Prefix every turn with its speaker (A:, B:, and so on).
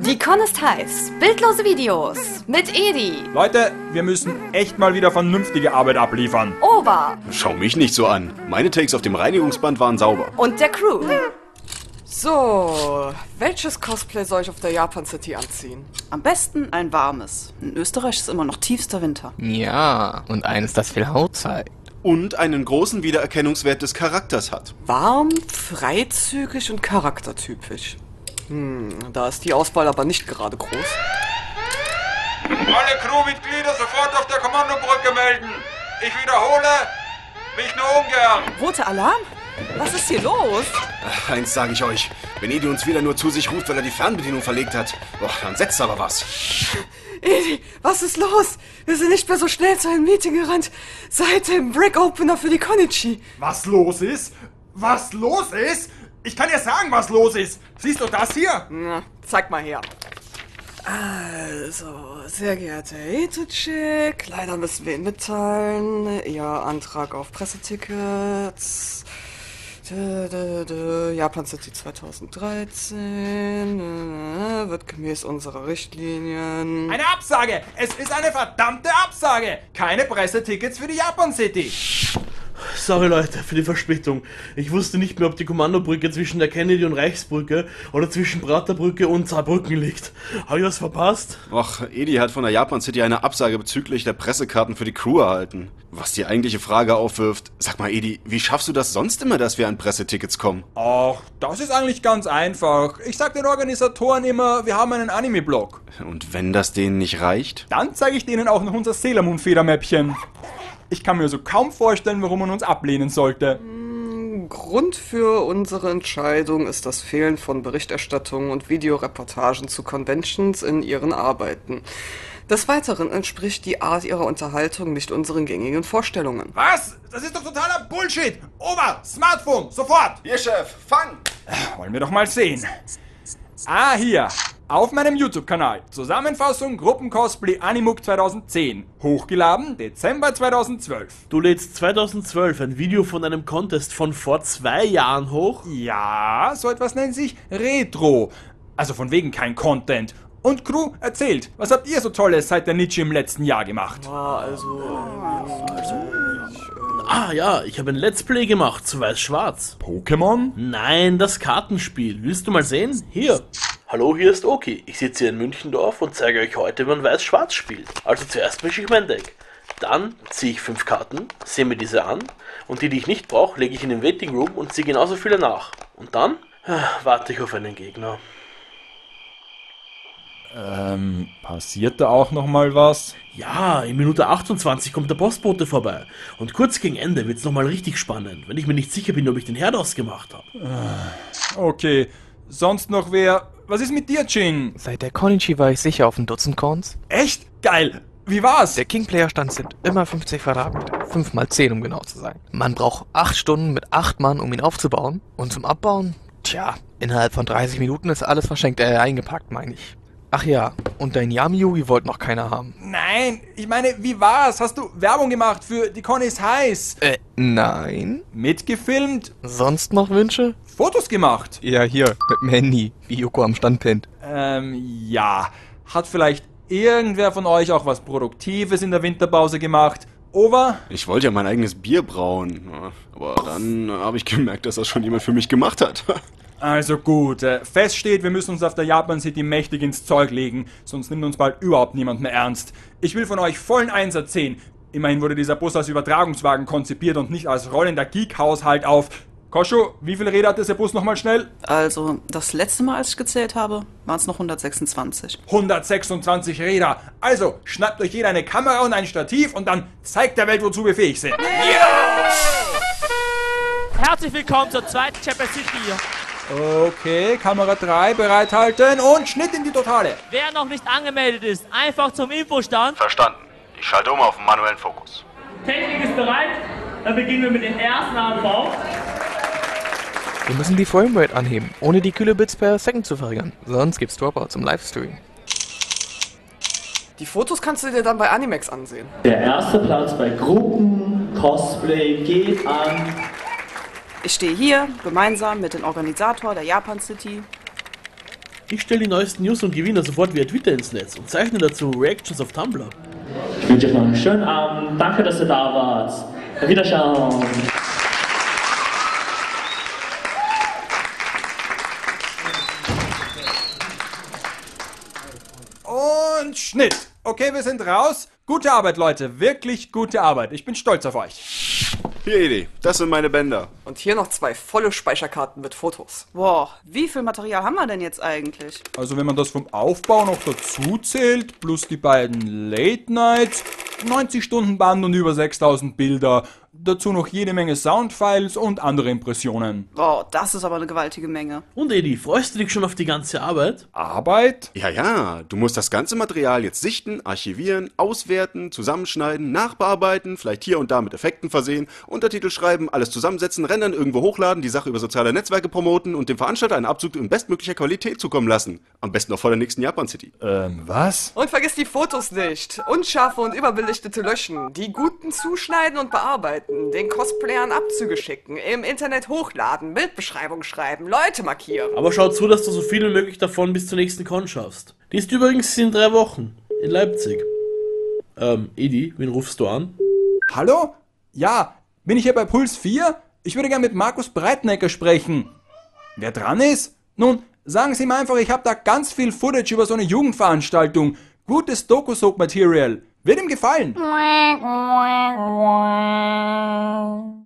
A: Die Con ist heiß. Bildlose Videos mit Edi,
B: Leute, wir müssen echt mal wieder vernünftige Arbeit abliefern.
A: Ober
C: Schau mich nicht so an. Meine Takes auf dem Reinigungsband waren sauber.
A: und der Crew.
D: So, welches Cosplay soll ich auf der Japan City anziehen?
E: Am besten ein warmes. In Österreich ist immer noch tiefster Winter.
F: Ja, und eines, das viel Haut zeigt.
C: Und einen großen Wiedererkennungswert des Charakters hat.
D: Warm, freizügig und charaktertypisch. Hm, da ist die Auswahl aber nicht gerade groß.
B: Alle Crewmitglieder sofort auf der Kommandobrücke melden. Ich wiederhole, mich nur ungern.
E: Roter Alarm? Was ist hier los?
C: Ach, eins sage ich euch. Wenn Edi uns wieder nur zu sich ruft, weil er die Fernbedienung verlegt hat, boah, dann setzt aber was.
D: Edi, was ist los? Wir sind nicht mehr so schnell zu einem Meeting gerannt. Seit dem Break-Opener für die Konichi.
B: Was los ist? Was los ist? Ich kann dir sagen, was los ist. Siehst du das hier?
D: Na, zeig mal her. Also, sehr geehrter Ethic, leider müssen wir Ihnen mitteilen, Ihr Antrag auf Pressetickets. Dö, dö, dö, Japan City 2013 äh, wird gemäß unserer Richtlinien.
B: Eine Absage. Es ist eine verdammte Absage. Keine Pressetickets für die Japan City.
G: Sorry Leute für die Verspätung. Ich wusste nicht mehr, ob die Kommandobrücke zwischen der Kennedy und Reichsbrücke oder zwischen Praterbrücke und Saarbrücken liegt. Habe ich was verpasst?
C: Och, Edi hat von der Japan City eine Absage bezüglich der Pressekarten für die Crew erhalten. Was die eigentliche Frage aufwirft, sag mal Edi, wie schaffst du das sonst immer, dass wir an Pressetickets kommen?
B: Ach, das ist eigentlich ganz einfach. Ich sag den Organisatoren immer, wir haben einen Anime-Blog.
C: Und wenn das denen nicht reicht?
B: Dann zeige ich denen auch noch unser Sailor Moon Federmäppchen. Ich kann mir so kaum vorstellen, warum man uns ablehnen sollte.
D: Grund für unsere Entscheidung ist das Fehlen von Berichterstattungen und Videoreportagen zu Conventions in ihren Arbeiten. Des Weiteren entspricht die Art ihrer Unterhaltung nicht unseren gängigen Vorstellungen.
B: Was? Das ist doch totaler Bullshit! Ober, Smartphone, sofort!
C: Ihr Chef, fang!
B: Wollen wir doch mal sehen. Ah, hier. Auf meinem YouTube-Kanal. Zusammenfassung Gruppencosplay Animuk 2010. Hochgeladen Dezember 2012.
G: Du lädst 2012 ein Video von einem Contest von vor zwei Jahren hoch?
B: Ja, so etwas nennt sich Retro. Also von wegen kein Content. Und Crew, erzählt, was habt ihr so Tolles seit der Nietzsche im letzten Jahr gemacht?
G: Ah ja, ich habe ein Let's Play gemacht zu Weiß-Schwarz.
B: Pokémon?
G: Nein, das Kartenspiel. Willst du mal sehen? Hier. Hallo, hier ist Oki. Ich sitze hier in Münchendorf und zeige euch heute, wie man Weiß-Schwarz spielt. Also zuerst mische ich mein Deck. Dann ziehe ich fünf Karten, sehe mir diese an und die, die ich nicht brauche, lege ich in den Waiting Room und ziehe genauso viele nach. Und dann ah, warte ich auf einen Gegner.
B: Ähm, passiert da auch nochmal was?
G: Ja, in Minute 28 kommt der Postbote vorbei. Und kurz gegen Ende wird's nochmal richtig spannend, wenn ich mir nicht sicher bin, ob ich den Herd ausgemacht habe.
B: Okay, sonst noch wer. Was ist mit dir, Ching?
F: Seit der Konichi war ich sicher auf ein Dutzend Cons.
B: Echt? Geil! Wie war's?
F: Der King-Player-Stand sind immer 50 Quadratmeter, 5 mal 10 um genau zu sein. Man braucht 8 Stunden mit 8 Mann, um ihn aufzubauen. Und zum Abbauen? Tja, innerhalb von 30 Minuten ist alles verschenkt, äh, eingepackt, meine ich. Ach ja, und dein Yami-Yugi wollte noch keiner haben.
B: Nein, ich meine, wie war's? Hast du Werbung gemacht für Die Conny ist heiß?
F: Äh, nein?
B: Mitgefilmt?
F: Sonst noch Wünsche?
B: Fotos gemacht?
F: Ja, hier, mit dem Handy, wie Joko am Stand pennt.
B: Ähm, ja. Hat vielleicht irgendwer von euch auch was Produktives in der Winterpause gemacht? Over?
C: Ich wollte ja mein eigenes Bier brauen, ja, aber dann habe ich gemerkt, dass das schon jemand für mich gemacht hat.
B: Also gut, äh, fest steht, wir müssen uns auf der Japan City mächtig ins Zeug legen, sonst nimmt uns bald überhaupt niemand mehr ernst. Ich will von euch vollen Einsatz sehen. Immerhin wurde dieser Bus als Übertragungswagen konzipiert und nicht als rollender Geek-Haushalt auf. Kosho, wie viele Räder hat dieser Bus nochmal schnell?
E: Also, das letzte Mal, als ich gezählt habe, waren es noch 126.
B: 126 Räder. Also, schnappt euch jeder eine Kamera und ein Stativ und dann zeigt der Welt, wozu wir fähig sind.
H: Herzlich willkommen zur zweiten Champions City.
B: Okay, Kamera 3 bereithalten und Schnitt in die Totale.
H: Wer noch nicht angemeldet ist, einfach zum Infostand.
C: Verstanden. Ich schalte um auf den manuellen Fokus.
H: Technik ist bereit. Dann beginnen wir mit dem ersten Anbau.
F: Wir müssen die Framerate anheben, ohne die Kilobits per Second zu verringern. Sonst gibt's Dropouts im Livestream.
D: Die Fotos kannst du dir dann bei Animax ansehen.
H: Der erste Platz bei Gruppen Cosplay geht an.
E: Ich stehe hier, gemeinsam mit dem Organisator der Japan City.
G: Ich stelle die neuesten News und Gewinner sofort via Twitter ins Netz und zeichne dazu Reactions auf Tumblr.
H: Ich wünsche euch noch einen schönen Abend. Danke, dass ihr da wart. Auf Wiederschauen.
B: Und Schnitt. Okay, wir sind raus. Gute Arbeit, Leute. Wirklich gute Arbeit. Ich bin stolz auf euch.
C: Hier, Edi, das sind meine Bänder.
D: Und hier noch zwei volle Speicherkarten mit Fotos.
E: Boah, wie viel Material haben wir denn jetzt eigentlich?
B: Also, wenn man das vom Aufbau noch dazu zählt, plus die beiden Late Nights, 90 Stunden Band und über 6000 Bilder, dazu noch jede Menge Soundfiles und andere Impressionen.
E: Boah, das ist aber eine gewaltige Menge.
G: Und Edi, freust du dich schon auf die ganze Arbeit?
B: Arbeit?
C: Ja, ja, du musst das ganze Material jetzt sichten, archivieren, auswerten, zusammenschneiden, nachbearbeiten, vielleicht hier und da mit Effekten versehen, Untertitel schreiben, alles zusammensetzen, rendern, irgendwo hochladen, die Sache über soziale Netzwerke promoten und dem Veranstalter einen Abzug in bestmöglicher Qualität zukommen lassen. Am besten noch vor der nächsten Japan City.
B: Ähm, was?
D: Und vergiss die Fotos nicht. Unscharfe und überbelichtete löschen. Die guten zuschneiden und bearbeiten. Den Cosplayern Abzüge schicken. Im Internet hochladen. Bildbeschreibung schreiben. Leute markieren.
G: Aber schau zu, dass du so viel wie möglich davon bis zur nächsten Con schaffst. Die ist übrigens in drei Wochen in Leipzig. Ähm, Edi, wen rufst du an?
B: Hallo? Ja, bin ich hier bei Puls 4? Ich würde gern mit Markus Breitnecker sprechen. Wer dran ist? Nun, sagen Sie mir einfach, ich habe da ganz viel Footage über so eine Jugendveranstaltung. Gutes Dokusoap-Material. Wird ihm gefallen.
I: Wow.